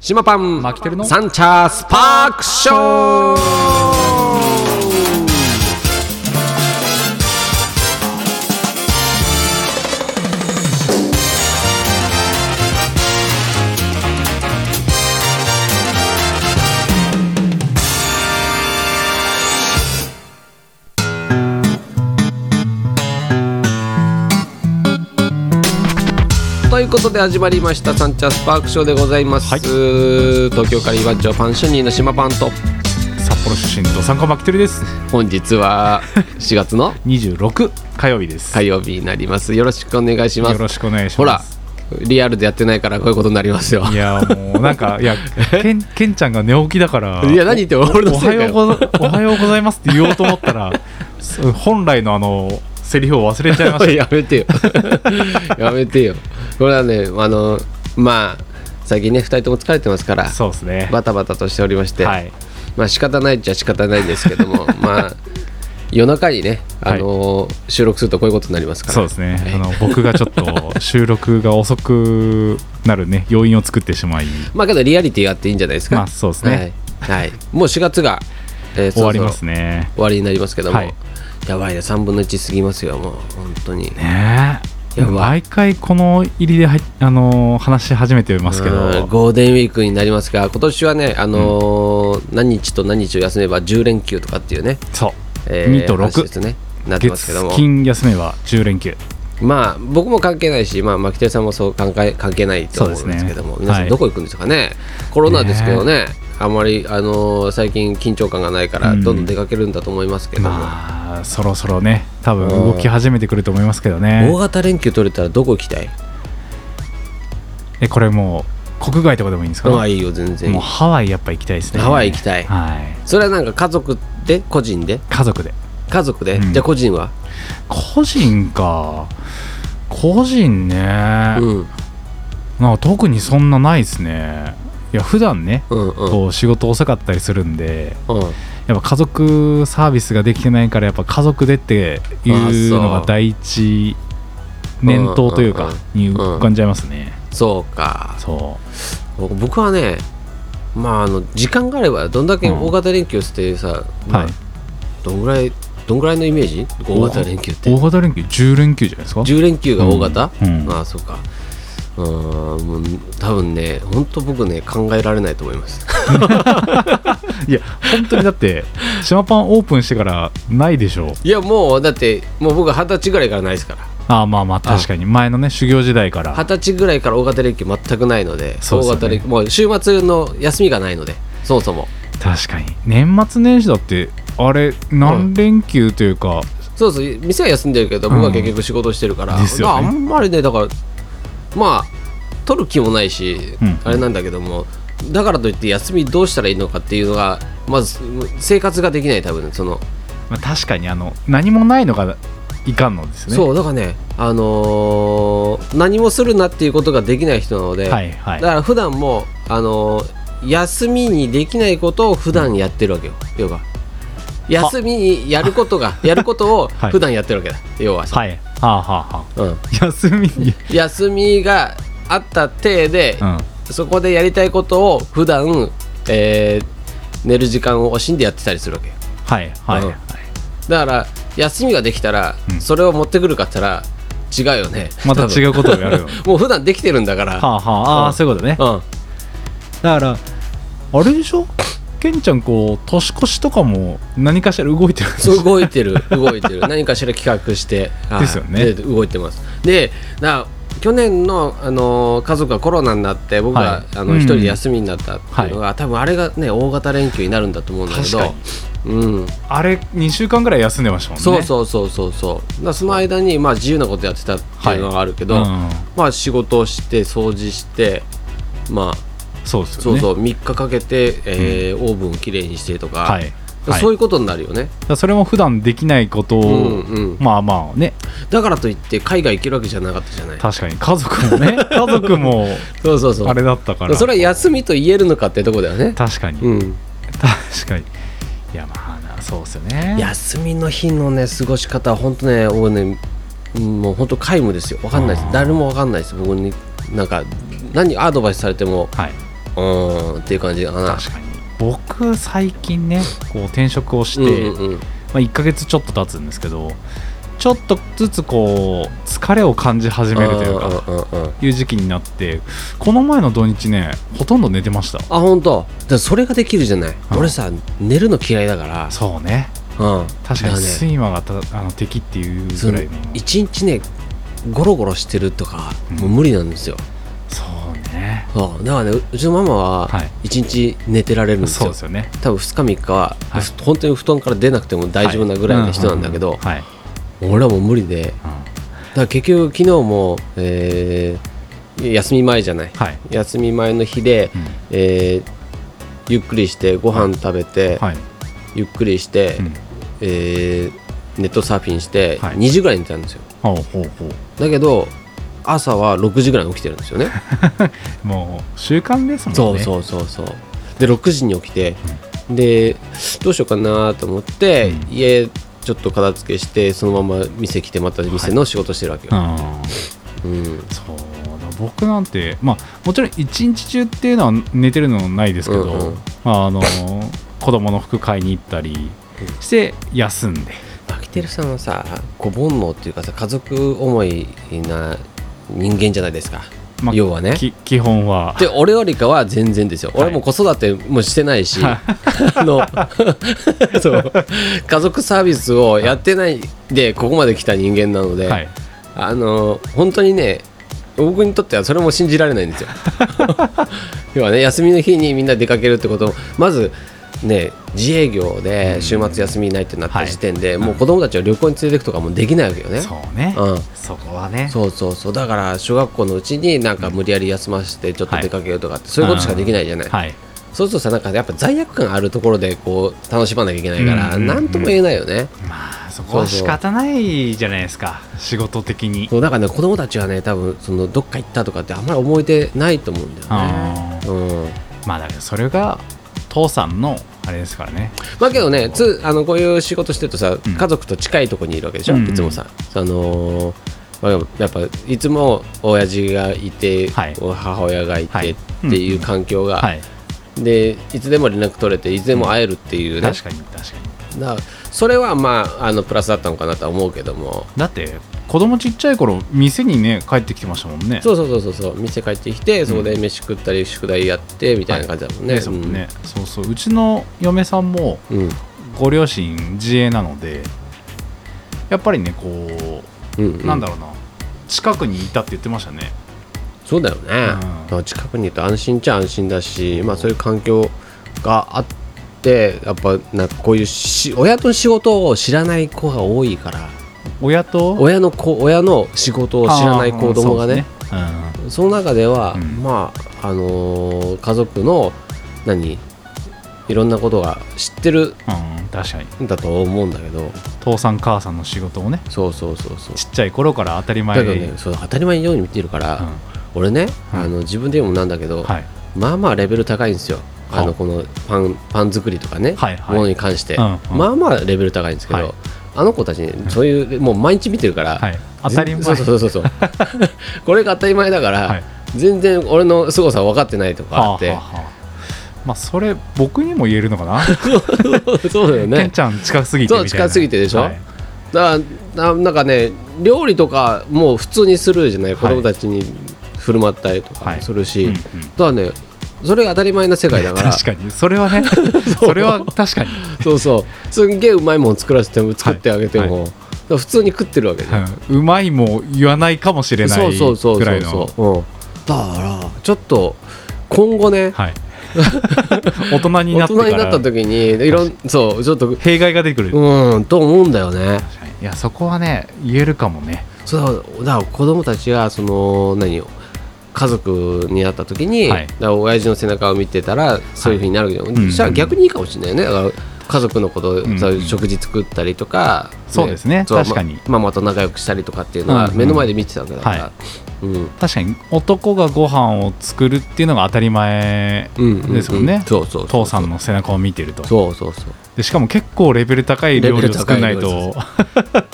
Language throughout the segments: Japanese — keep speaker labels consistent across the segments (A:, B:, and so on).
A: 島パン
B: マキテルの
A: サンチャースパークショーということで始まりましたサンチャースパークショーでございます、
B: はい
A: 東京カリバッジョパン主任の島パンと
B: 札幌出身のドサンコマキテルです
A: 本日 は4月の
B: 26火曜日です、
A: 火曜日になりますよろしくお願いします
B: よろしくお願いし
A: ほら
B: ます
A: リアルでやってないからこういうことになりますよ
B: いやもうな んかいやけんけんちゃんが寝起きだから
A: いや何言っても俺
B: お
A: のせ
B: はい
A: だよ
B: ようござおはようございますって言おうと思ったらそう本来のあのセリフを忘れちゃいま し
A: やめ てよやめてよこれはねあのまあ最近ね2人とも疲れてますか
B: た
A: ら
B: そうですね
A: バタバタとしておりまして、
B: はい
A: まあ仕方ないっちゃ仕方ないんですけど もまあ夜中にね、あの収録するとこういうことになりますから
B: そうですね、
A: はい
B: あの僕がちょっと収録が遅くなるね要因を作ってしまい
A: まあけどリアリティがあっていいんじゃないですか
B: まあそうですね、
A: はい、はい、もう4月が、えー
B: 終わり
A: そろ
B: ま
A: そ
B: す
A: ろ
B: ね
A: 終わりになりますけども、
B: はい
A: やばいね3分の1過ぎますよもう本当に
B: ねえ
A: やばい
B: 毎回この入りでは、あのー話し始めてますけ
A: うん
B: ど
A: ゴールデンウィークになりますが今年はね、あのー何日と何日を休めば10連休とかっていうね、
B: そう、
A: え
B: 2と
A: 話で
B: 6、
A: すねなってますけど
B: 月
A: も
B: 金休めば10連休
A: まあ僕も関係ないし、まあ、牧手さんもそう関係関係ないと思う
B: そ
A: ん
B: うで
A: ですす
B: ね
A: けども、皆さ
B: は
A: ん
B: い
A: どこ行くんですかね、コロナですけどねあまり、あのー最近緊張感がないから
B: うん
A: どんどん出かけるんだと思いますけども、
B: まあそろそろね多分動き始めてくると思いますけどね
A: 大型連休取れたらどこ行きたい
B: えこれもう国外とかでもいいんですか、
A: まあいいよ全然いい
B: もうハワイやっぱ行きたいですね
A: ハワイ行きたい
B: はい
A: それはなんか家族で個人で
B: 家族で
A: 家族で、
B: うん
A: じゃあ個人は、
B: 個人か個人ね、
A: うん、
B: なんか特にそんなないですねいや普段ね
A: うんうん
B: こう仕事遅かったりするんで
A: うん
B: やっぱ家族サービスができてないからやっぱ家族でっていうの
A: あ
B: が
A: そう
B: 第一念頭という
A: うん
B: か
A: うん
B: に浮かんじゃいますね、
A: そうか
B: そう
A: 僕はねまああの時間があればどんだけ大型連休してさ、まあ
B: はい
A: どんぐらいどんぐらいのイメージ大型連休って
B: 大型連休10連休じゃないですか
A: 10連休が大型、
B: うんうん
A: ああそうかうーんもう多分ね本当僕ね考えられないと思います
B: いや本当にだって 島パンオープンしてからないでしょう
A: いやもうだってもう僕二十歳ぐらいからないですから
B: ああまあまあ確かに前のね修行時代から
A: 二十歳ぐらいから大型連休全くないので
B: そう
A: 大
B: ですよね
A: 型連休もう週末の休みがないのでそもそも
B: 確かに年末年始だってあれ何連休というか、
A: そうそう店は休んでるけど僕は結局仕事してるから、
B: ですよね
A: まああんまりねだからまあ取る気もないし、
B: うん
A: あれなんだけどもだからといって休みどうしたらいいのかっていうのがまず生活ができない多分その、
B: まあ、確かにあの何もないのがいかんのですね
A: そうだからねあのー何もするなっていうことができない人なので、
B: はいはい
A: だから普段もあのー休みにできないことを普段やってるわけよ要は休みにやること がやることを
B: はい
A: 普段やってるわけだ、要はさ、
B: はいはあはあ はあ
A: うん、
B: 休みに
A: 休みがあった体で、
B: うん
A: そこでやりたいことを普段、えー寝る時間を惜しんでやってたりするわけよ
B: はいはい、
A: うん
B: はい
A: だから休みができたら、
B: うん
A: それを持ってくるかって言ったら違うよね
B: また違
A: う
B: うことを やるよ
A: もう普段できてるんだから、
B: はあはああ
A: う
B: あ
A: ん
B: そういうことね
A: うん、
B: だからあれでしょケンちゃんこう年越しとかも何かしら動いてるんです
A: そう動いてる動いて る何かしら企画して、はい
B: ですよね
A: で動いてますでだから去年の、あのー家族がコロナになって僕が、
B: はい
A: あ
B: う
A: の
B: ん
A: 一人で休みになったっていうのが、多分あれがね大型連休になるんだと思うんだけど
B: 確か
A: うん、
B: あれ2週間ぐらい休んでましたもんね
A: そうそうそうそうそうだからその間にまあ自由なことやってたっていうのがあるけど、
B: うん
A: まあ仕事をして掃除してまあ
B: そうです
A: そ
B: よ
A: う
B: ね
A: そう、3日かけて、えーオーブンをきれいにしてとか、
B: はい、はい、
A: そういうことになるよね、
B: だからそれも普段できないことを、
A: うんうん、
B: まあまあね
A: だからといって海外行けるわけじゃなかったじゃない
B: 確かに家族 もね家族も
A: そうそうそう
B: あれだったから
A: それは休みと言えるのかってとこだよね、
B: 確かに、
A: うん、
B: 確かにいやまあなそうですよね
A: 休みの日のね過ごし方は本当ね僕ねもう本当皆無ですよわかんないで
B: あ
A: す
B: ー
A: 誰もわかんないです僕になんか何アドバイスされても
B: はい
A: うんっていう感じかな
B: 確かに僕最近ねこう転職をして、
A: うんうんうん
B: まあ、1ヶ月ちょっと経つんですけどちょっとずつこう疲れを感じ始めるというか
A: うんうんうんうん
B: いう時期になってこの前の土日ねほとんど寝てました
A: あ本当。だからそれができるじゃない、
B: うん
A: 俺さ寝るの嫌いだから
B: そうね
A: うん
B: 確か
A: だ
B: に
A: らね
B: 睡魔がたあの敵っていう
A: そ
B: ぐ
A: の
B: らいの
A: 一日ねゴロゴロしてるとか、
B: うん
A: もう無理なんですよ
B: そうね
A: そうだからねううちのママは
B: はい
A: 一日寝てられるんです
B: そう
A: よ、
B: ですよね
A: 多分2日3日は、
B: はい
A: ふ本当に布団から出なくても大丈夫なぐらいの人なんだけど、
B: はいはい
A: 俺はもう無理で
B: うん
A: だから結局昨日も、えー休み前じゃない
B: はい
A: 休み前の日で、
B: うん
A: えーゆっくりしてご飯食べて、
B: はい
A: ゆっくりして、
B: うん
A: えーネットサーフィンして
B: はい
A: 2時ぐらいに寝たんですよ、
B: ほうほうほう
A: だけど朝は6時ぐらいに起きてるんですよね
B: もう習慣ですもんね
A: そうそうそうそうで6時に起きて、でどうしようかなと思って、
B: うん
A: 家ちょっと片付けしてそのまま店来てまた店の仕事してるわけよ、
B: うん
A: うん
B: そうだ僕なんてまあもちろん一日中っていうのは寝てるのないですけど、
A: うんうん
B: まあ、あの子供の服買いに行ったりして休んで
A: アキテルさんはさご煩悩っていうかさ家族思いな人間じゃないですか、
B: まあ
A: 要はね
B: き基本は
A: で俺よりかは全然ですよ、
B: はい
A: 俺も子育てもしてないし、 あ のそう家族サービスをやってないでここまで来た人間なので、
B: はい
A: あの本当にね僕にとってはそれも信じられないんです よ。要はね休みの日にみんな出かけるってこともまずね自営業で週末休みないってなった時点で、
B: はい
A: もう子供たちを旅行に連れていくとかもできないわけよね。
B: そうね、
A: うん
B: そこはね
A: そうそうそうだから小学校のうちになんか無理やり休ませてちょっと出かけるとかって、そういうことしかできないじゃない、
B: はい
A: そうするとさなんかやっぱ罪悪感あるところでこう楽しまなきゃいけないから、
B: うん
A: なんとも言えないよね、
B: まあそこは仕方ないじゃないですか仕事的に
A: そうだからね子供たちはね多分そのどっか行ったとかってあんまり思い出ないと思うんだよね
B: あ
A: うん
B: まあだけどそれが父さんのあれですからね
A: まあけどねつあのこういう仕事してるとさ、
B: うん
A: 家族と近いところにいるわけでしょ、
B: うんうん
A: いつもさそのまあやっぱいつも親父がいて、
B: はい
A: 母親がいて、
B: はい
A: っていう環境が、
B: はい
A: でいつでも連絡取れていつでも会えるっていうね、
B: 確かに確かに
A: だからそれはまああのプラスだったのかなとは思うけども
B: だって子供ちっちゃい頃店にね帰ってきてましたもんね
A: そうそうそうそうそう店帰ってきてそこで飯食ったり宿題やってみたいな感じだもんね,、
B: ですもんね、そうそううちの嫁さんも
A: うんうん
B: ご両親自営なのでやっぱりねこ
A: うん
B: う、なんだろうな近くにいたって言ってましたね
A: そうだよね、
B: ん
A: だから近くにいると安心っちゃ安心だし、まあ、そういう環境があってやっぱなんかこういうし親の仕事を知らない子が多いから
B: 親と
A: 親の子親の仕事を知らない子供がね
B: あーそうですね
A: その中では、
B: うん
A: まああのー家族の何いろんなことが知ってる
B: うん、うん、確かに
A: んだと思うんだけど
B: 父さん母さんの仕事をね
A: そうそうそうそう
B: ちっちゃい頃から当たり
A: だ
B: 前
A: け
B: に
A: どねそう当たり前のように見てるから、俺ね、
B: うん
A: あの自分でもなんだけど、
B: うんはい、
A: まあまあレベル高いんですよ
B: はあ
A: あのこのパンパン作りとかね、
B: はいはい
A: ものに関して、
B: うんうん
A: まあまあレベル高いんですけど、
B: はい
A: あの子たちねそういうもう毎日見てるから、
B: はい、当たり前
A: そうそうそうそう これが当たり前だから、
B: はい
A: 全然俺の凄さ分かってないとかあって、
B: はあはあはあまあそれ僕にも言えるのかな、
A: そうだよ
B: け ん
A: ね
B: ちゃん近すぎてみたいな
A: そう近すぎてでしょ
B: はい
A: だからななんかね料理とかもう普通にするじゃない子供たちに振る舞ったりと
B: は
A: か
B: い
A: するし、
B: うんうん
A: だからねそれが当たり前な世界だから
B: 確かにそれは ねそれは確かに、
A: そうそうすんげえうまいもん作らせても作ってあげても、だから普通に食ってるわけじゃん
B: うんうまいも言わないかもしれな
A: そう
B: い
A: そうそう
B: ぐ
A: そ
B: ら
A: う
B: いの
A: そう、うん、だからちょっと今後ね
B: はい大人に
A: 大
B: なって
A: 人
B: か
A: にな
B: ら
A: った時にいろんそうちょっとう
B: 弊害が出てくる、
A: ーんと思うんだよね
B: 確かにいやそこはね言えるかもね
A: そうだから子供たちがその何家族になった時に、
B: はい
A: だから親父の背中を見てたらそういうふうになるけど、
B: うんうん
A: じゃあ逆にいいかもしれないねだから家族のこと、
B: んうん
A: そういう食事作ったりとか、
B: そうですね
A: そう
B: 確かに
A: まママと仲良くしたりとかっていうのは
B: うん
A: 目の前で見てたわけだから、
B: は
A: うん
B: 確かに男がご飯を作るっていうのが当たり前
A: うん
B: ですもんね、
A: そうそうそう
B: 父さんの背中を見てると
A: そうそうそう
B: でしかも結構レベル高い料理を作らない
A: レベル
B: と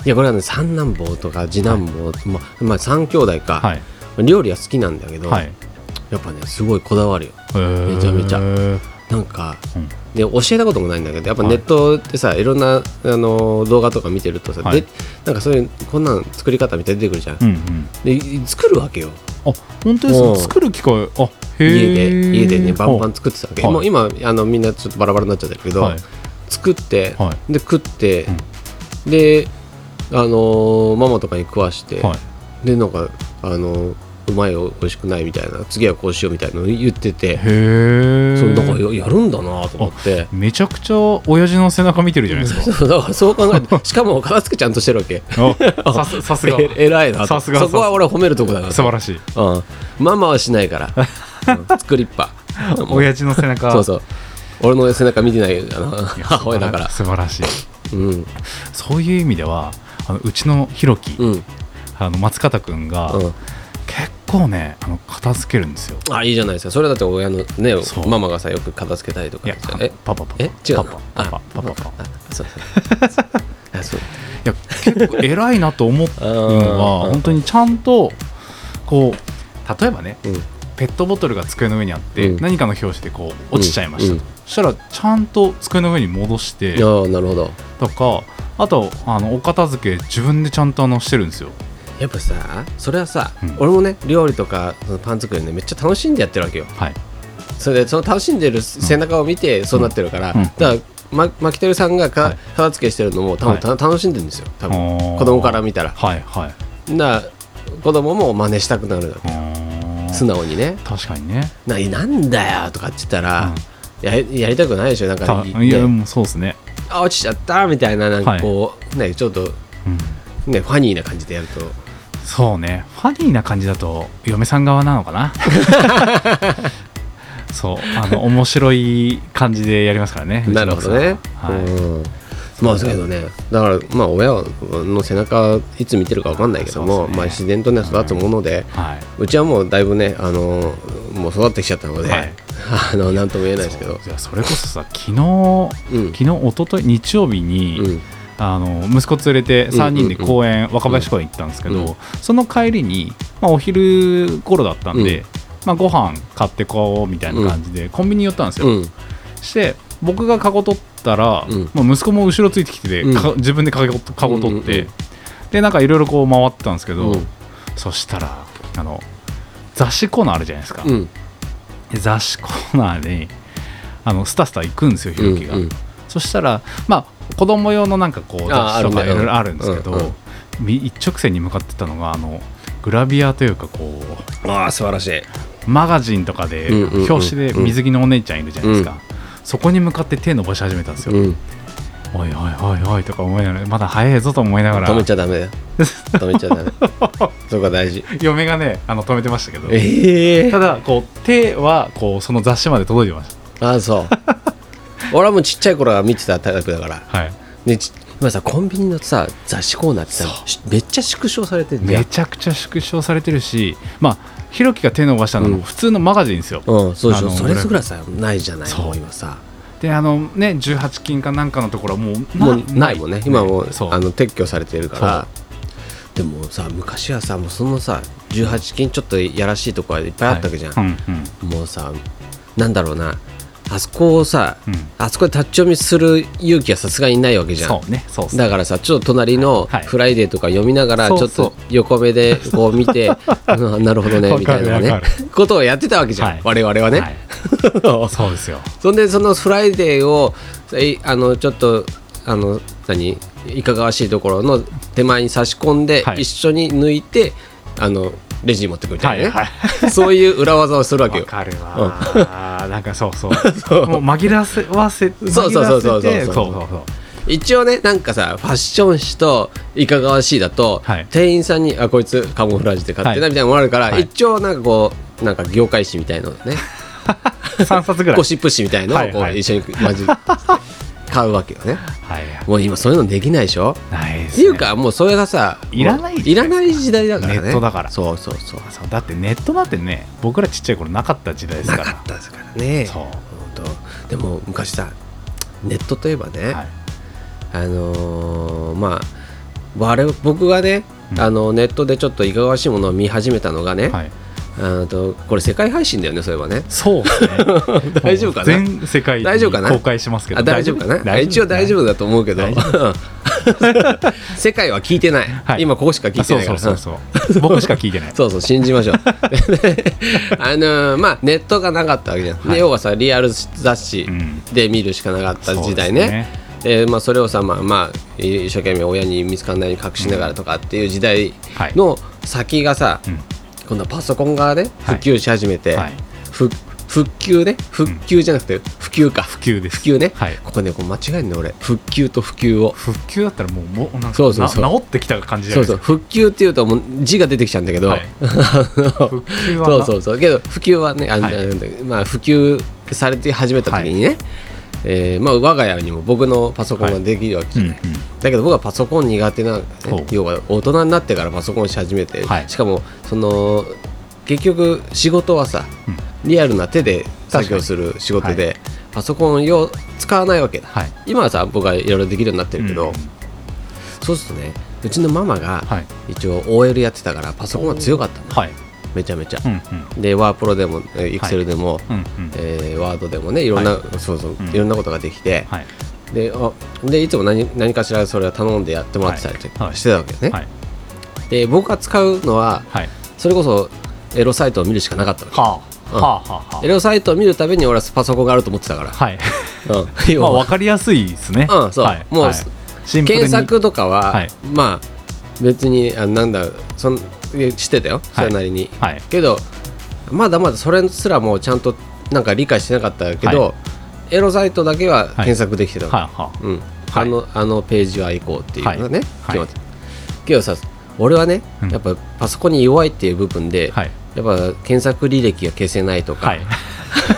A: いやこれはね三男坊とか次男坊、まあまあ、3兄弟か、
B: はい
A: 料理は好きなんだけど、
B: はい
A: やっぱねすごいこだわるよ
B: め
A: めちゃめちゃ
B: うん
A: なんかで教えたこともないんだけどやっぱネットでさ、い、ろんなあの動画とか見てるとさ、
B: はい
A: でなんかそういうこんなん作り方みたいに出てくるじゃん
B: う、んうん
A: で作るわけよ
B: あ本当です
A: う
B: か
A: ん
B: 作る機会あへ
A: 家
B: え
A: で家でねバンバン作ってたわけ、
B: はい
A: もう今あのみんなちょっとバラバラになっちゃってるけど、
B: はい
A: 作って、
B: は
A: で食って、であのーママとかに食わして、
B: はい
A: でなんかあのーうまいよ美味しくないみたいな次はこうしようみたいなの言ってて、
B: へえ
A: そうなんかややるんだなと思って。
B: めちゃくちゃ親父の背中見てるじゃないですか
A: そうだからそう考えてしかも片付けちゃんとしてるわけ
B: あさすさすが
A: え偉いなと
B: さすが
A: そこは俺褒めるとこだな
B: 素晴らしい
A: うん、ママはしないから、 うん作りっぱもう
B: 親父の背中
A: そうそう俺の背中見てないあの
B: いや
A: 母親だから
B: 素晴らしい
A: うん
B: そういう意味ではあのうちのひろき
A: うんうん
B: あの松方君が結構ねあの片付けるんですよ
A: あいいじゃないですかそれだって親のね
B: そう
A: ママがさよく片付けたりと
B: い
A: か
B: や
A: してえ
B: パパパパ
A: え違う
B: パ
A: の
B: パパ
A: あ
B: パパパパ
A: あそうそう あそう
B: いや結構偉いなと思ったの
A: う
B: は
A: ん
B: 本当にちゃんとこう例えばね
A: うん
B: ペットボトルが机の上にあって、
A: うん
B: 何かの拍子でこう落ちちゃいましたと、
A: うんうん
B: そしたらちゃんと机の上に戻して
A: ああなるほど
B: とかあとあのお片付け自分でちゃんとあのしてるんですよ
A: やっぱさそれはさ、
B: うん
A: 俺もね料理とかそのパン作りねめっちゃ楽しんでやってるわけよ
B: はい
A: それでその楽しんでる背中を見てそうなってるから、
B: うん
A: だからま牧輝さんが
B: は
A: か
B: い
A: 片付けしてるのも多分た、楽しんでるんですよ多分
B: あー
A: 子供から見たら
B: はいはい
A: な子供も真似したくなる
B: あー
A: 素直にね
B: 確かにね
A: 「ななんだよ」とかって言った
B: う
A: ら
B: ん、
A: ややりたくないでしょなんか
B: た
A: い
B: いや
A: ね
B: もうそうですね、
A: あ落ちちゃったみたいななんかこう、ねちょっと
B: うん
A: ねファニーな感じでやると
B: そうねファニーな感じだと嫁さん側なの かなそうあの面白い感じでやりますからねうち
A: な
B: の
A: るほどね
B: 奥、さんははい
A: うんまあだけどねだからまあ親の背中いつ見てるかわかんないけど
B: そう
A: も、
B: ですね
A: まあ自然とね育つもので、
B: はいう
A: ちはもうだいぶねあのもう育ってきちゃったので、
B: はい
A: あのなんとも言えないですけど
B: そういやそれこそさ昨日
A: うん
B: 昨日一昨日日曜日に、
A: うん
B: あの息子連れて3人で
A: うんうんうん
B: 公園、若林公園行ったんですけど、
A: うん
B: その帰りに、まあ、お昼頃だったんで、
A: うん
B: まあ、ご飯買ってこうみたいな感じで、コンビニ寄ったんですよ、
A: うん
B: して僕がカゴ取ったら、
A: うん
B: まあ、息子も後ろついてきてて、
A: うん
B: か自分でカゴカゴ取って、
A: うんうん
B: でなんかいろいろこう回ってたんですけど、
A: うん
B: そしたらあの雑誌コーナーあるじゃないですか、
A: うん
B: で雑誌コーナーにあのスタスタ行くんですよひろきが、
A: うんうん
B: そしたらまあ子供用のなんかこう
A: あー
B: 雑誌と
A: あ
B: か
A: る
B: い
A: ね
B: ろいろあるんですけど、
A: うんうん
B: み一直線に向かってったのがあのグラビアというかこう
A: ああ素晴らしい
B: マガジンとかで
A: うんうんうん
B: 表紙で水着のお姉ちゃんいるじゃないですか、そこに向かって手伸ばし始めたんですよ、
A: うん
B: おいおいおいおいとか思いながらまだ早いぞと思いながら
A: 止めちゃダメ だよ止めちゃダメそこが大事
B: 嫁がねあの止めてましたけど
A: ええ
B: ただこう手はこうその雑誌まで届いてまし
A: ああそう俺はもうちっちゃい頃は見てたタイプだから
B: た、はい、
A: でち今さコンビニのさ雑誌コーナーってさ
B: そう
A: しめっちゃ縮小されてるんだ
B: め
A: よ
B: ちゃくちゃ縮小されてるしまあひろきが手伸ばしたの
A: うん
B: も普通のマガジンですよ、
A: うんそうでしょ
B: あの
A: それすらいさないじゃない
B: そう
A: もう今さ
B: であのね18金かなんかのところはもう
A: もうないもんね今もう
B: そう
A: あの撤去されてるからでもさ昔はさもうそのさ18金ちょっとやらしいとこはいっぱいあったわけじゃん、
B: はいうん
A: もうさなんだろうなあそこをさ、
B: うんうん
A: あそこで立ち読みする勇気はさすがにないわけじゃん
B: そうねそうそう
A: だからさちょっと隣の
B: は
A: 「
B: い
A: フライデー」とか読みながらち
B: そう
A: ょ
B: そう
A: っと横目でこう見て うんなるほどね
B: わ
A: み
B: か
A: たい
B: る
A: なね
B: わか
A: ことをやってたわけじゃん、
B: はい
A: 我々はね、
B: はい そうですよ
A: そんでその「フライデーを」えあのちょっとあの何いかがわしいところの手前に差し込んで、
B: はい
A: 一緒に抜いてあのレジに持ってくみたいなね、
B: はい
A: そういう裏技をするわけ
B: わ
A: よ
B: かるわ、なんかそうそうもう紛らせわせ紛らせて
A: そうそうそうそうそう
B: そうそうそう
A: 一応ねなんかさファッション誌といかがわしいだと、
B: はい
A: 店員さんに「あこいつカモフラージュで買って
B: は
A: ないみたいなのもあるから、
B: はい
A: 一応なんかこうなんか業界誌みたいの ね
B: 3冊ぐらい
A: ゴシップ誌みたいのをこう、
B: はいはい
A: 一緒に混じ買うわけよね
B: はいはい
A: もう今そういうのできないでしょ
B: ないで
A: っ
B: す
A: て
B: ね
A: いうかもうそれがさ
B: いらない
A: もういらない時代だからね
B: ネットだから
A: そうそうそう
B: そうだってネットなんてね僕らちっちゃい頃なかった時代です
A: な
B: か
A: かっ
B: ら
A: たですからね
B: そう
A: 本当でも昔さネットといえばね、
B: はい
A: あのーまあ我々僕がね、
B: うん
A: あのネットでちょっといかがわしいものを見始めたのがね、
B: はい
A: あとこれ世界配信だよねそういえばね
B: そうですね
A: 大丈夫かな
B: 全世界に
A: 大丈夫かな
B: 公開しますけど
A: あ大丈夫かなあ
B: 大
A: 一
B: 丈
A: 応
B: 夫です
A: 大丈夫だと思うけど 世界は聞いてない、
B: はい
A: 今ここしか聞
B: あ
A: いて
B: そう
A: ないか
B: そ
A: ら
B: うそう そう僕しか聞いてない
A: そうそう信じま しょうあのーまあネットがなかったわけじゃん、で要はさリアル雑誌
B: うん
A: で見るしかなかった時代
B: そう
A: ねで
B: で,、
A: まあ、それをさ、まあまあ、い一生懸命親に見つからないように隠しながらとかっていう時代の先がさ、
B: うん
A: 今度はパソコン側で普及し始めて、
B: はい
A: ふ復旧ね復旧じゃなくて普及か普
B: 普及です
A: 及ね、
B: はい
A: ここねこう間違えんね俺復旧と普及を
B: 復旧だったらもうもうなんか
A: そうそうそう
B: な治ってきた感じじ
A: そ
B: ゃな
A: う
B: い
A: そう
B: ですか
A: 復旧っていうともう字が出てきちゃうんだけど、
B: はい復旧は
A: そ
B: な
A: うそうそうけど普及はねあ、
B: はい
A: なんだまあ、普及されて始めた時にね、えーまあ、我が家にも僕のパソコンができるわけじゃない、
B: はいうんうん
A: だけど僕はパソコン苦手な、ね
B: ほう
A: 要は大人になってからパソコンし始めて、
B: はい
A: しかもその結局仕事はさ、
B: うん
A: リアルな手で作業する仕事で、パソコンを使わないわけだ、
B: はい
A: 今はさ僕はいろいろできるようになってるけど、
B: うん
A: そうするとねうちのママが
B: はい
A: 一応 OL やってたからパソコンは強かったの
B: はい
A: めちゃめちゃ
B: う、んうん
A: でワープロでもえー Excel でも、
B: うんうん
A: えーワードでもねいろんな、そうそう
B: うん
A: いろんなことができて、
B: はい
A: であでいつも何何かしらそれを頼んでやってもらってたりとか
B: はい
A: してたわけね、
B: はい
A: で僕が使うのは
B: はい
A: それこそエロサイトを見るしかなかったわけ
B: はあ
A: うん
B: はあはあは
A: エロサイトを見るために俺はパソコンがあると思ってたから、
B: あはい
A: うん要
B: まあ
A: は
B: わかりやすいですね
A: うんそう
B: はい
A: もう
B: はいシンプルに
A: 検索とかは、
B: はい
A: まあ別にあなんだそんえしてたよそれなりに、
B: はい
A: けどまだまだそれすらもうちゃんとなんか理解してなかったけど、
B: は
A: エロサイトだけは検索できてたの、
B: はいは
A: うん
B: はい
A: あのあのページは行こうっていうのね、
B: は
A: 決
B: いはい
A: まってけどさ俺はね、
B: うん
A: やっぱパソコンに弱いっていう部分で、
B: あはい
A: やっぱ検索履歴が消せないとか、
B: はい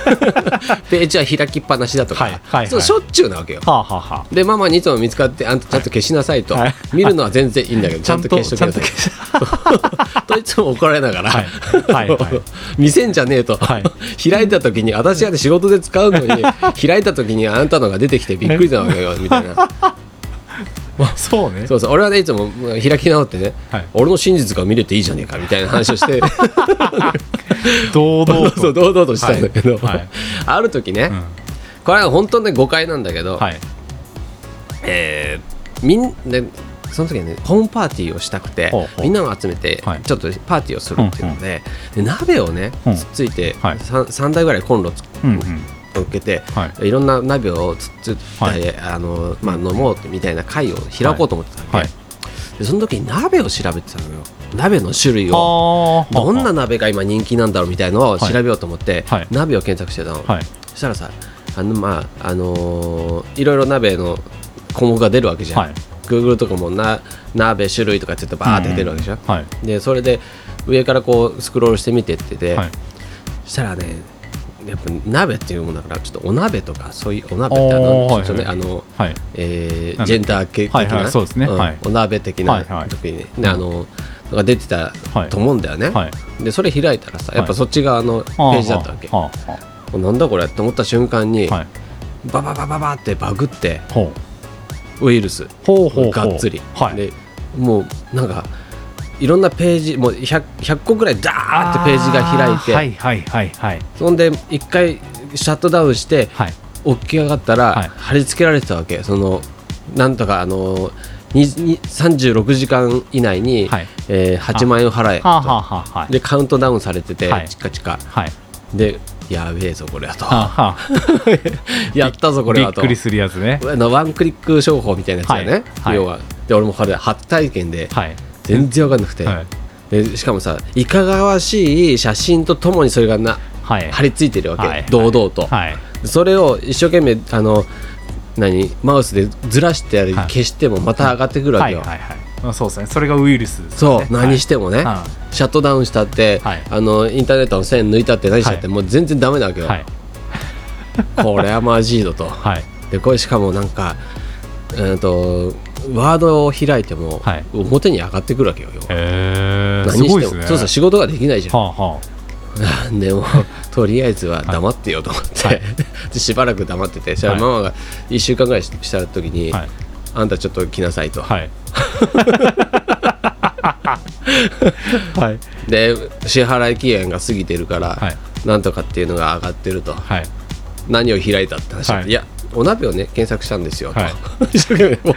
A: ページは開きっぱなしだとか、
B: はいはいはい
A: そうしょっちゅうなわけよ
B: はあはあはあ
A: でママにいつも見つかってあんたちゃんと消しなさいと、
B: はい
A: 見るのは全然いいんだけどちゃんと消しと
B: ちゃん
A: け
B: と
A: と
B: 消 し
A: といつも怒られながら、
B: はいはいはい
A: 見せんじゃねえと、
B: はい
A: 開いた時に私は仕事で使うの に開いた時にあんたのが出てきてびっくりだわけよみたいな
B: そうね
A: そうそう俺はねいつもまあ開き直ってね、
B: はい
A: 俺の真実が見れていいじゃねえかみたいな話をして
B: 堂
A: そ
B: 々
A: う そう
B: と
A: 堂々としたんだけど、
B: はいはい
A: ある時ね、
B: うん
A: これは本当ね誤解なんだけど、
B: はい
A: えーみんでその時はねホームパーティーをしたくて
B: ほうほう
A: みんなを集めて
B: はい
A: ちょっとパーティーをするっていうので,、で鍋をね
B: うん
A: つっついて
B: はい
A: 3, 台ぐらいコンロつ
B: うんうん
A: を受けて、、
B: はい
A: ろんな鍋をつっつって、
B: はい
A: あのまあ、飲もうってみたいな会を開こうと思ってたわけ、
B: はい
A: でその時に鍋を調べてたのよ鍋の種類を
B: はあ
A: どんな鍋が今人気なんだろうみたいのを調べようと思って、
B: はいはい
A: 鍋を検索してたの、
B: はい
A: そしたらさあのまああのーいろいろ鍋の項目が出るわけじゃん、
B: はい
A: Google とかもな鍋種類とかって言ってバーって出るわけでしょ、
B: はい
A: でそれで上からこうスクロールして見てってて、
B: はい
A: そしたらねやっぱ鍋っていうものだからちょっとお鍋とかそういうお鍋ってあの
B: おーはい
A: ちょっとね、
B: はい
A: あの
B: はい
A: えー
B: なんだ
A: ジェンダー系的な、
B: はいはいそうですね
A: ん
B: はい
A: お鍋的
B: は
A: ない
B: はい
A: 時に、ねあのが出てたと思うんだよね、
B: はい
A: でそれ開いたらさやっぱそっち側のページだったわけ、
B: はあは
A: もうなんだこれって思った瞬間に、
B: あはい
A: バババババってバグって
B: ほう
A: ウイルス
B: ほうほうほう
A: がっつり、
B: はい
A: でもうなんかいろんなページもう 100, 100個ぐらいダーってページが開いて、
B: はいはいはいはい
A: そんで一回シャットダウンして
B: はい
A: 起き上がったら
B: はい
A: 貼り付けられてたわけそのなんとかあのにに36時間以内に、
B: はい
A: えー8万円を払え
B: はあはあはあはい
A: でカウントダウンされてて、
B: はい
A: チカチカ
B: はい
A: でやべえぞこれはと
B: はあはあ
A: やったぞこれ
B: び
A: は
B: っ
A: と
B: くりするやつね
A: あのワンクリック商法みたいなやつだね、
B: はいはい
A: 要はで俺もこれ初体験で
B: はい
A: 全然分かんなくて、
B: はい
A: でしかもさいかがわしい写真とともにそれがな
B: はい
A: 貼り付いてるわけ、
B: はい
A: 堂々と、
B: はい
A: それを一生懸命あの何マウスでずらしてやり
B: はい
A: 消してもまた上がってくるわ
B: は
A: け
B: い
A: よ、
B: はいはいまあそうですねそれがウイルスですね
A: そう、
B: はい
A: 何してもね、
B: は
A: シャットダウンしたって、
B: はい
A: あのインターネットの線抜いたって何したって、もう全然ダメなわけよ、
B: はい
A: これはまじいぞと
B: はい
A: でこれしかもなんかうんとワードを開いても、
B: はい
A: 表に上がってくるわけよ要は
B: へえ
A: 何
B: す
A: して
B: ご
A: も
B: いですね
A: そうそう仕事ができないじゃん
B: はあは
A: なんでも とりあえずは黙ってよと思って、 でしばらく黙ってて、そしたら
B: はい
A: ママが1週間ぐらいした時に、
B: はい
A: あんたちょっと来なさいと、
B: あはいはい
A: で支払い期限が過ぎてるから、
B: はい
A: なんとかっていうのが上がってると
B: はい
A: 何を開いたって話、
B: はい
A: い、やお鍋をね検索したんですよ、
B: はい
A: と 一生懸命も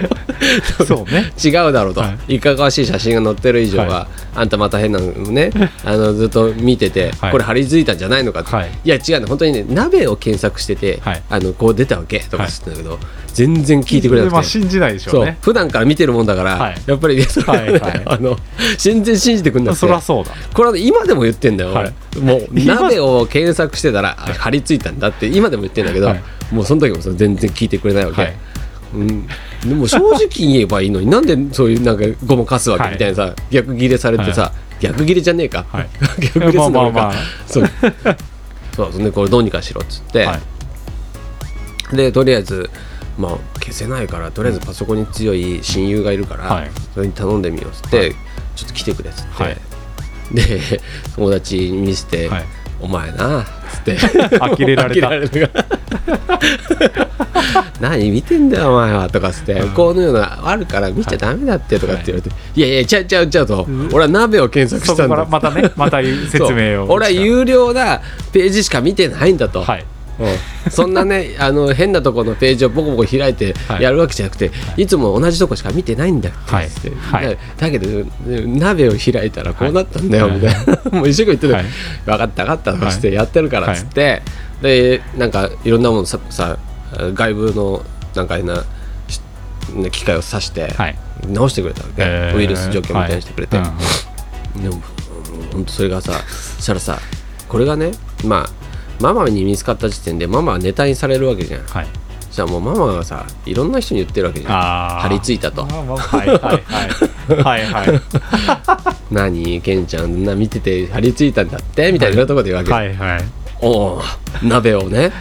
A: う
B: そうね
A: 違うだろうと、、
B: はい
A: かがわしい写真が載ってる以上は、
B: は
A: あんたまた変なのねあのずっと見てて、
B: はい
A: これ張り付いたんじゃないのかって、
B: はい
A: い、や違うの本当にね鍋を検索してて、
B: はい
A: あのこう出たわけとかしてたんだけど、全然聞いてくれなくて。
B: まあ信じないでしょ
A: そうう
B: ね
A: 普段から見てるもんだから、
B: はい
A: やっぱり、それはね
B: はいはい
A: あの全然信じてくんなくて
B: そりゃそうだ
A: これはね今でも言ってんだよ、
B: はい
A: 俺もう
B: 今
A: 鍋を検索してたらあ張り付いたんだって今でも言ってんだけど、
B: はい
A: もうその時もそれ全然聞いてくれないわけ、
B: はい
A: うん、でも正直言えばいいのになんでそういうなんかごまかすわ
B: は
A: け
B: い
A: みたいなさ、逆ギレされてさ、
B: は
A: 逆ギレじゃねえか、
B: はい
A: 逆ギレすんの
B: まあ
A: 俺
B: まあ
A: か
B: まあ
A: そう そうそんでこれどうにかしろっつって、
B: はい
A: でとりあえず、まあ、消せないからとりあえずパソコンに強い親友がいるから、
B: はい
A: それに頼んでみようっつって、
B: はい
A: ちょっと来てくれっつって、
B: はい
A: で友達に見せて、
B: はい
A: お前なっつって
B: 呆れられた
A: 呆れられた 何見てんだよお前はとかっつって、
B: うん
A: こういうのあるから見ちゃダメだってとかって言われて、い、やいやちゃうちゃうちゃうと、俺は鍋を検索
B: そ
A: した
B: こか
A: んだ
B: ら
A: っつって
B: また ねまた説明を
A: そう俺は有料なページしか見てないんだと、
B: はい
A: うんそんなねあの変なとこのページをボコボコ開いて
B: はい
A: やるわけじゃなくて、い、つも同じとこしか見てないんだって言って、
B: はいはい
A: だだけど鍋を開いたらこうなったんだよみたいな、 もう一生懸命言ってた、
B: はい
A: 分かった分かったとしてやってるからっつって、でなんかいろんなものささ外部のなんか変なし機械を刺して、
B: はい
A: 直してくれたわけ、
B: えー
A: ウイルス除去みたいにしてくれて、
B: はいうん
A: でも本当それがさそしたらさこれがねまあママに見つかった時点でママはネタにされるわけじゃん
B: はい
A: そしたらもうママがさいろんな人に言ってるわけじゃん
B: あ
A: 張
B: ー
A: り付いたと
B: まあまあはいはいはい はいはい
A: 「何ケンちゃんな見てて張り付いたんだって」みたいなとこで言うわけ、
B: はいはい
A: おお鍋を ね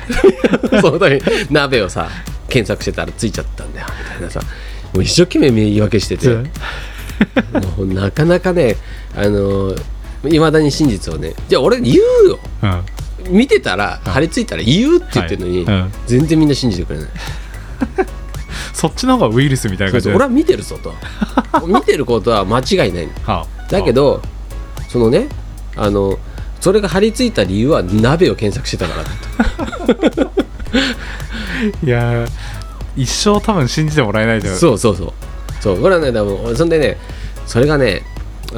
A: その時に鍋をさ検索してたらついちゃったんだよみたいなさもう一生懸命言い訳してて
B: ず
A: もうなかなかねあのいまだに真実をねじゃあ俺言うよ
B: うん
A: 見てたら張り付いたら言うって言ってるのに、
B: はいうん
A: 全然みんな信じてくれない
B: そっちの方がウイルスみたいな
A: そう
B: 感じ
A: そう
B: で
A: 俺は見てるぞ と見てることは間違いない
B: はあ
A: だけどそのねあのそれが張り付いた理由は鍋を検索してたからだと
B: いやー一生多分信じてもらえないじゃん
A: そうそうそうそうこれはね多分そんでねそれがね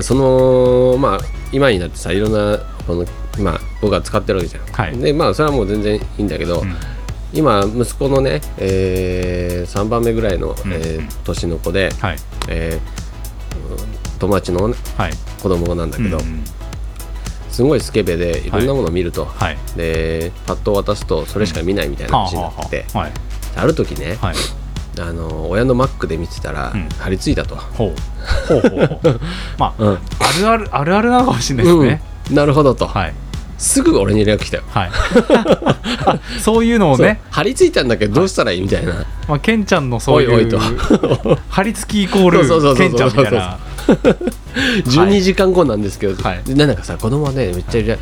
A: そのまあ今になってさいろんなこのまあ僕が使ってるわけじゃん、
B: はい
A: でまあそれはもう全然いいんだけど、
B: ん
A: 今息子のね、え3番目ぐらいの、
B: うん
A: えー年の子で、
B: はい
A: えー友達のね
B: はい
A: 子供なんだけど、
B: うん
A: すごいスケベでいろんなものを見ると、
B: はい
A: でパッと渡すとそれしか見ないみたいな話になってて、
B: はあはあは
A: ある時ね、
B: あはいはい
A: あの親のマックで見てたら、
B: うん
A: 張り付いたと、
B: ほうほうほう ほうまあ
A: うん
B: あるあるあるあるなのかもしれないですね
A: うんなるほどと、
B: はい
A: すぐ俺に連絡来たよ、
B: はい あそういうのをね
A: そう張り付いたんだけどどうしたらいいみたいな、
B: まあケンちゃんのそう
A: おい
B: い
A: おいうと
B: 張り付きイコー
A: そうそうそうそう
B: ルケンちゃんみたいな
A: 12時間後なんですけど、
B: はい
A: でなんかさ子供はねめっちゃ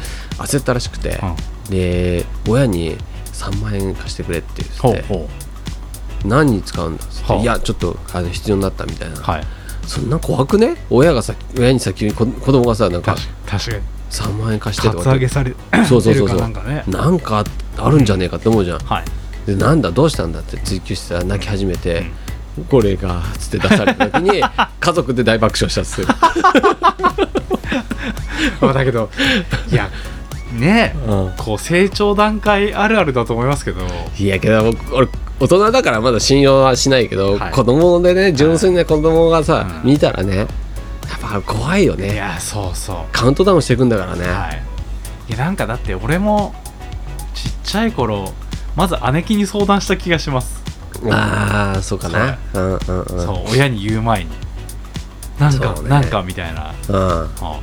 A: 焦ったらしくて、で親に3万円貸してくれって言って
B: ほうほ
A: 何に使うんだっつって、
B: はあ
A: いやちょっとあの必要になったみたいな、
B: うはい
A: そんな怖くね親がさ親にさ急にこ子供がさなんか
B: 確か確かに
A: 3万円貸して
B: カ
A: と
B: ツ
A: か
B: ア
A: って
B: ゲされ
A: そうそう
B: て
A: そ
B: る
A: うそ
B: か
A: う
B: なんかね
A: なんかあるんじゃねえかって思うじゃん、
B: はい
A: でなんだどうしたんだって追求してたら泣き始めて、これがっつって出された時 に家族で大爆笑したっつって
B: まあだけどいやねえ、
A: うん
B: こう成長段階あるあるだと思いますけど
A: いやけど僕俺大人だからまだ信用はしないけど、
B: はい
A: 子供でね純粋な子供がさ、
B: うん
A: 見たらねやっぱ怖いよ
B: い
A: ね
B: やそうそう
A: カウントダウンしていくんだからね、
B: はいいやなんかだって俺もちっちゃい頃まず姉貴に相談した気がします、
A: ああそうかなうんうんうん
B: そう親に言う前になんか、
A: そうね
B: なんかみたいな、
A: うん
B: あ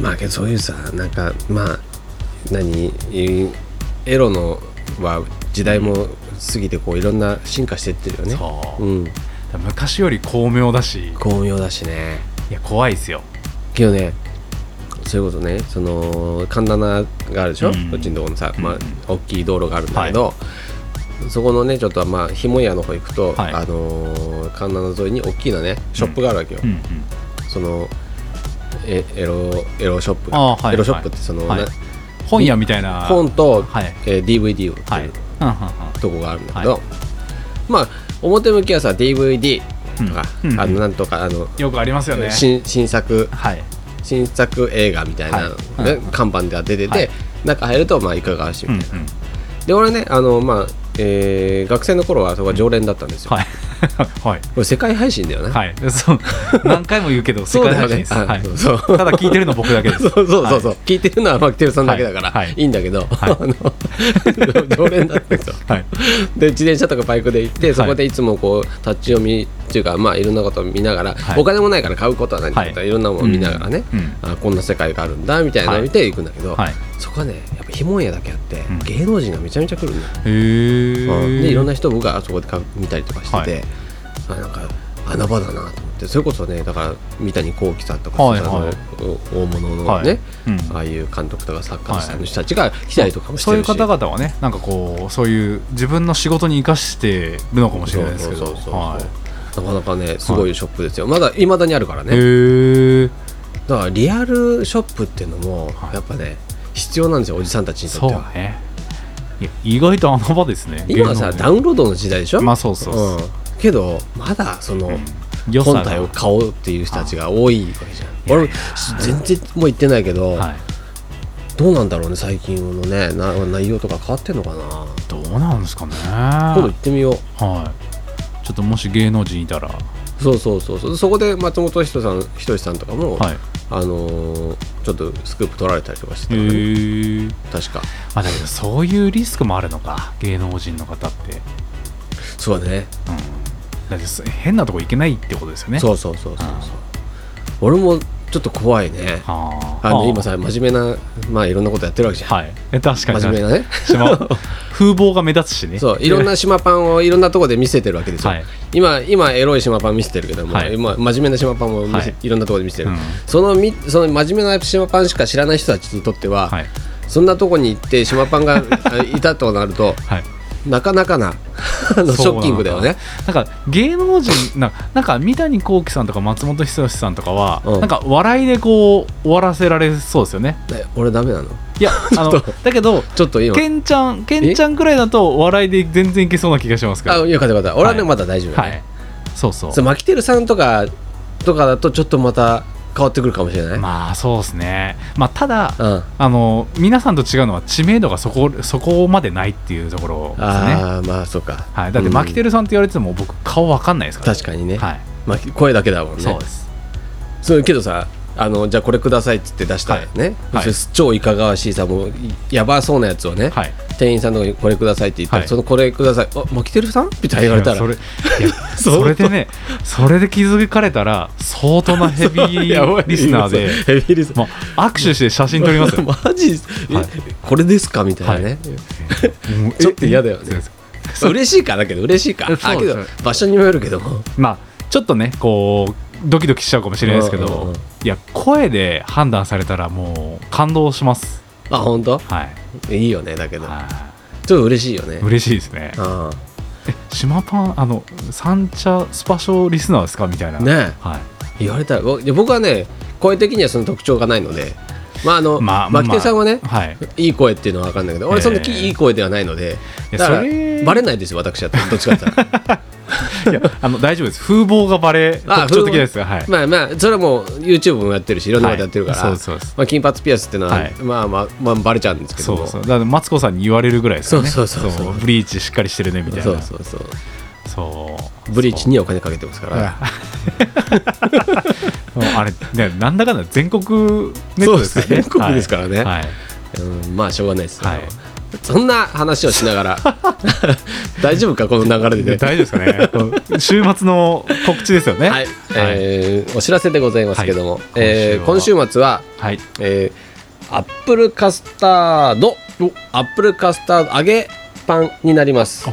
A: まあけどそういうさなんかまあ何えエロのは時代も過ぎてこういろんな進化してってるよね
B: そう、
A: うん
B: 昔より巧妙だし
A: 巧妙だしね
B: いや怖いですよ
A: けどねそういうことねその神田菜があるでしょ、
B: うん
A: こっちのところのさ、
B: うん
A: まあ、大きい道路があるんだけど、そこのねちょっとまあひも屋の方行くと、
B: はい
A: あのー神田菜沿いに大きなねショップがあるわけよ、
B: うんうん
A: そのえエロエロショップが
B: あーはい
A: エロショップってその、
B: はい
A: な
B: 本屋みたいな
A: 本と、
B: はい
A: えー DVD を売って
B: はい
A: る
B: うんうん
A: とこがあるんだけど、
B: は
A: まあ表向きはさ DVD とか、
B: うんうん
A: あのなんとかあの、
B: うんよくありますよね
A: 新新作
B: はい
A: 新作映画みたいな、
B: はい
A: ね
B: うん
A: 看板で出てて、
B: はい
A: 中入るとまあいかがわしいみ
B: う
A: たい
B: ん
A: な、
B: うん
A: で俺ねあの、まあえー学生の頃はそこが常連だったんですよ、
B: はい はい
A: これ世界配信だよね、
B: はい そう何回も言うけど世
A: そう
B: 界
A: だよ
B: 配信で
A: ね
B: す
A: あ
B: はい
A: そうそう
B: ただ聞いてるの僕だけで
A: そ
B: す
A: うそうそうそう、
B: は
A: 聞いてるのはマキテルさんだけだから、
B: はい
A: い
B: はい
A: い、んだけど、
B: はい
A: あの常連だったんですよ
B: はい
A: で自転車とかバイクで行ってそこでいつもこう立ち読みっていうか、まあ、いろんなことを見ながら、
B: はい
A: お金もないから買うことはないんだけど、
B: はい
A: い、ろんなものを見ながらね、
B: うんうん
A: あこんな世界があるんだみたいなのを見て行くんだけど、
B: はい
A: そこはねやっぱひもんやだけあって、
B: ん
A: 芸能人がめちゃめちゃ来るのよ、
B: へえ
A: でいろんな人を僕はあそこで買う見たりとかしてて、あなんか穴場だなと思ってそれこそねだから三谷幸喜さんとか、
B: はい
A: あの
B: はい
A: お大物のね、
B: はいうん
A: ああいう監督とか作家さんの人たちが来たりとかもして
B: そうい
A: る
B: う
A: し、
B: 方々はねなんかこうそういう自分の仕事に生かしてるのかもしれないですけど
A: そうそうそうそう
B: は
A: なかなかねすごいショップですよ、まだいまだにあるから
B: いへ
A: ね
B: え
A: だからリアルショップっていうのも
B: はい
A: やっぱね必要なんですよおじさんたちにと
B: そ
A: っ
B: う
A: ては
B: ねいや意外と穴場ですね
A: 今はさ
B: 芸能人
A: ダウンロードの時代でしょ
B: まあそうそうそう
A: うんけどまだその、
B: 良さが
A: 本体を買おうっていう人たちが多いわけじゃん俺全然もう言ってないけど、
B: はい
A: どうなんだろうね最近のねな内容とか変わってんのかな
B: どうなんですかね
A: 今度行ってみよう
B: はいちょっともし芸能人いたらは
A: そうそうそうそうそこで松本人志さん人志さんとかも、
B: い
A: あのーちょっとスクープ取られたりとかしてた
B: へ
A: からね
B: え
A: 確か
B: あだけどそういうリスクもあるのか芸能人の方って
A: そうだね
B: うんだってそ変なとこ行けないってことですよね
A: そううそうそうそうそう俺もちょっと怖いね
B: あー
A: あの今
B: あ
A: さ真面目なまあいろんなことやってるわけじゃん、
B: ーはいえ確かに
A: 真面目なね
B: 島風貌が目立つしね
A: そういろんな島パンをいろんなところで見せてるわけですよ、
B: はい
A: 今今エロい島パン見せてるけども、
B: はい
A: 今真面目な島パンも見せ、
B: はい
A: い、ろんなところで見せてる、
B: うん
A: そのみその真面目な島パンしか知らない人たちにとっては、
B: はい
A: そんなとこに行って島パンが あいたとなると
B: はい
A: なかなかなあのシ
B: そ
A: ョ
B: うなの
A: ッキングだよね
B: なんか芸能人ななんか三谷幸喜さんとか松本人志さんとかは、
A: うん
B: なんか笑いでこう終わらせられそうですよね
A: え俺ダメなの
B: いやあのだけど
A: ちょっと今
B: けんちゃんけんちゃんくらいだと笑いで全然いけそうな気がしますけ
A: あ
B: ど
A: よかったよかった俺はね、
B: はい
A: まだ大丈夫だ
B: は
A: ね、
B: いそうそう
A: そうマキテルさんとかとかだとちょっとまた変わってくるかもしれない、
B: まあそうですねまあただ
A: うん
B: あの皆さんと違うのは知名度がそこそこまでないっていうところですね
A: ああまあそうか、
B: はい、だってマキテ
A: ル、
B: ルさんって言われても僕顔わかんないですから、
A: 確かにね、
B: はい
A: まあ、声だけだもんね
B: そうです
A: そうけどさあのじゃあこれくださいっつって出したよね、
B: はいはい
A: 超いかがわしいさもうやばそうなやつをね、
B: はい
A: 店員さんのとこにこれくださいって言ったら、
B: はい
A: そのこれくださいあマキテルさんみたいな言われたら
B: それいや
A: そう
B: それでねそれで気づかれたら相当なヘビ
A: やばい
B: ーリスナーで
A: そうヘビーリスナ
B: もう握手して写真撮 りますよ
A: ーマジ、え
B: はい
A: これですかみたいなね、
B: もう
A: ちょっと嫌だよね
B: そうです
A: 嬉しいかだけど嬉しいか
B: そうそう
A: あけど場所にもよるけども
B: まあちょっとねこうドキドキしちゃうかもしれないですけ
A: うんうんう
B: ど
A: ん
B: いや声で判断されたらもう感動します
A: あ本当
B: はい
A: いいよねだけど
B: は
A: ちょっと嬉しいよね
B: い嬉しいですね
A: あ
B: 島パンあの三茶スパショリスナーですかみたいな
A: ね
B: はい
A: 言われたらわいや僕はね声的にはその特徴がないのでまああの、
B: まあ
A: マキテルさんはね、
B: はい
A: いい声っていうのは分かんないけど俺そんなき
B: ええ
A: いい声ではないので
B: いや
A: だから
B: それ
A: バレないですよ私だったらどっちか って言ったら
B: いやあの大丈夫です風貌がバレ
A: あ
B: 特徴的ですがはい
A: まあまあそれはもう YouTube もやってるしいろんなことやってるから、
B: はいそうですそうです
A: まあ、金髪ピアスっていうのは、
B: はい
A: まあまあまあバレちゃうんですけど
B: そ
A: も
B: うそうだからマツコさんに言われるぐらいですよね
A: そうそうそうそう
B: ブリーチしっかりしてるねみたいな
A: そうそうそう
B: そう
A: ブリーチにはお金かけてますから、
B: そうもう あれねなんだかんだ全国ネットですか
A: そうで
B: らね
A: す全国ですからね
B: はいはい
A: うん、まあしょうがないですよ、
B: はい
A: そんな話をしなが ら大丈夫かこの流れ
B: いや
A: で、ね
B: 大丈夫ですかねこう週末の告知ですよね
A: はいえーお知らせでございますけども、
B: はい
A: えー
B: 今
A: 今
B: 週
A: 週末は
B: はい
A: えーアップルカスタードアップルカスタード揚げパンになります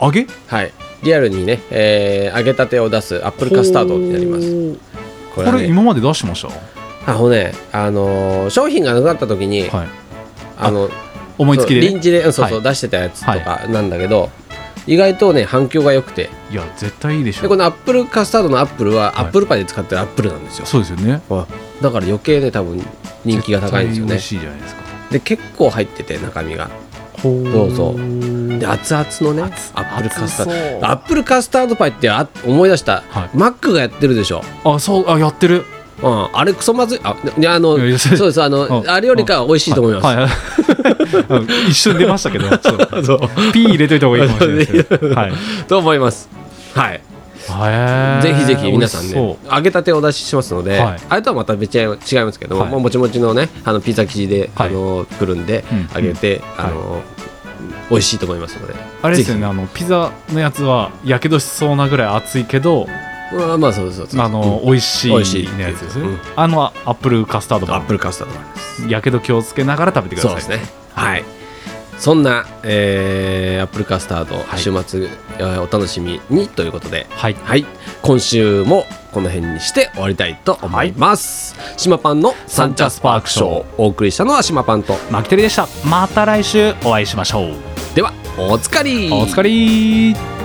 B: あ揚げ
A: はいリアルにね、えー揚げたてを出すアップルカスタードになりますこ
B: こ
A: れは
B: れ
A: ね
B: 今まで出してました
A: あのね、あのー商品がなくなった時に、
B: はい
A: あの
B: 思いつ
A: そ
B: きで
A: う臨時でうんそうそう、
B: はい
A: 出してたやつとかなんだけど、意外とね反響が良くて
B: いや絶対いいでし
A: で
B: ょ
A: このアップルカスタードのアップルは
B: はい
A: アップルパイで使ってるアップルなんですよ、
B: そうですよね
A: あだから余計ね多分人気が高いんですよ
B: 絶対美
A: ね
B: 味しいじゃないですか
A: で結構入ってて中身が
B: ほう
A: そうそうで熱々のね
B: 熱
A: アップルカスター
B: 熱そう
A: ドアップルカスタードパイってあ思い出した、
B: はい
A: マックがやってるでしょ、
B: あそうあやってる
A: うん、あれクソまずいあいやあの
B: いやいや
A: そうですあの
B: うん
A: あれよりかは美味しいと思います、
B: はいはいうん 一瞬出 ましたけどちょっと
A: そう
B: ピー入れといた方がいいかもしれないですけどはい
A: と思いますはい
B: へー
A: ぜひぜひ皆さん
B: 美味し
A: ね揚げたてをお出ししますので、
B: はい
A: あれとはまた別に違いますけど、
B: はい
A: もうもちもちのねあのピザ生地で、
B: はい
A: あのくるんで
B: うん
A: 揚げて、
B: ん
A: あの美味しいと思いますので
B: そうあれですよね
A: ぜ
B: あのピザのやつはやけどしそうなぐらい熱いけど
A: ひまあまあそうそうそう
B: あの、
A: うん
B: 美味しい
A: 美味しいっていう
B: やつですね、
A: うん
B: あのアップルカスタード
A: ア
B: も
A: ップルカスタードなんです
B: やけど気をつけながら食べてくだ
A: そう
B: さ
A: で
B: い
A: すねはいそんな、えーアップルカスタード、
B: はい
A: 週末えーお楽しみにということで
B: はい
A: はい今週もこの辺にして終わりたいと思います、島パンのサンチャスパークショーお送りしたのは島パンと
B: マキテルでしたまた来週お会いしましょう
A: ではおつかり
B: お疲れ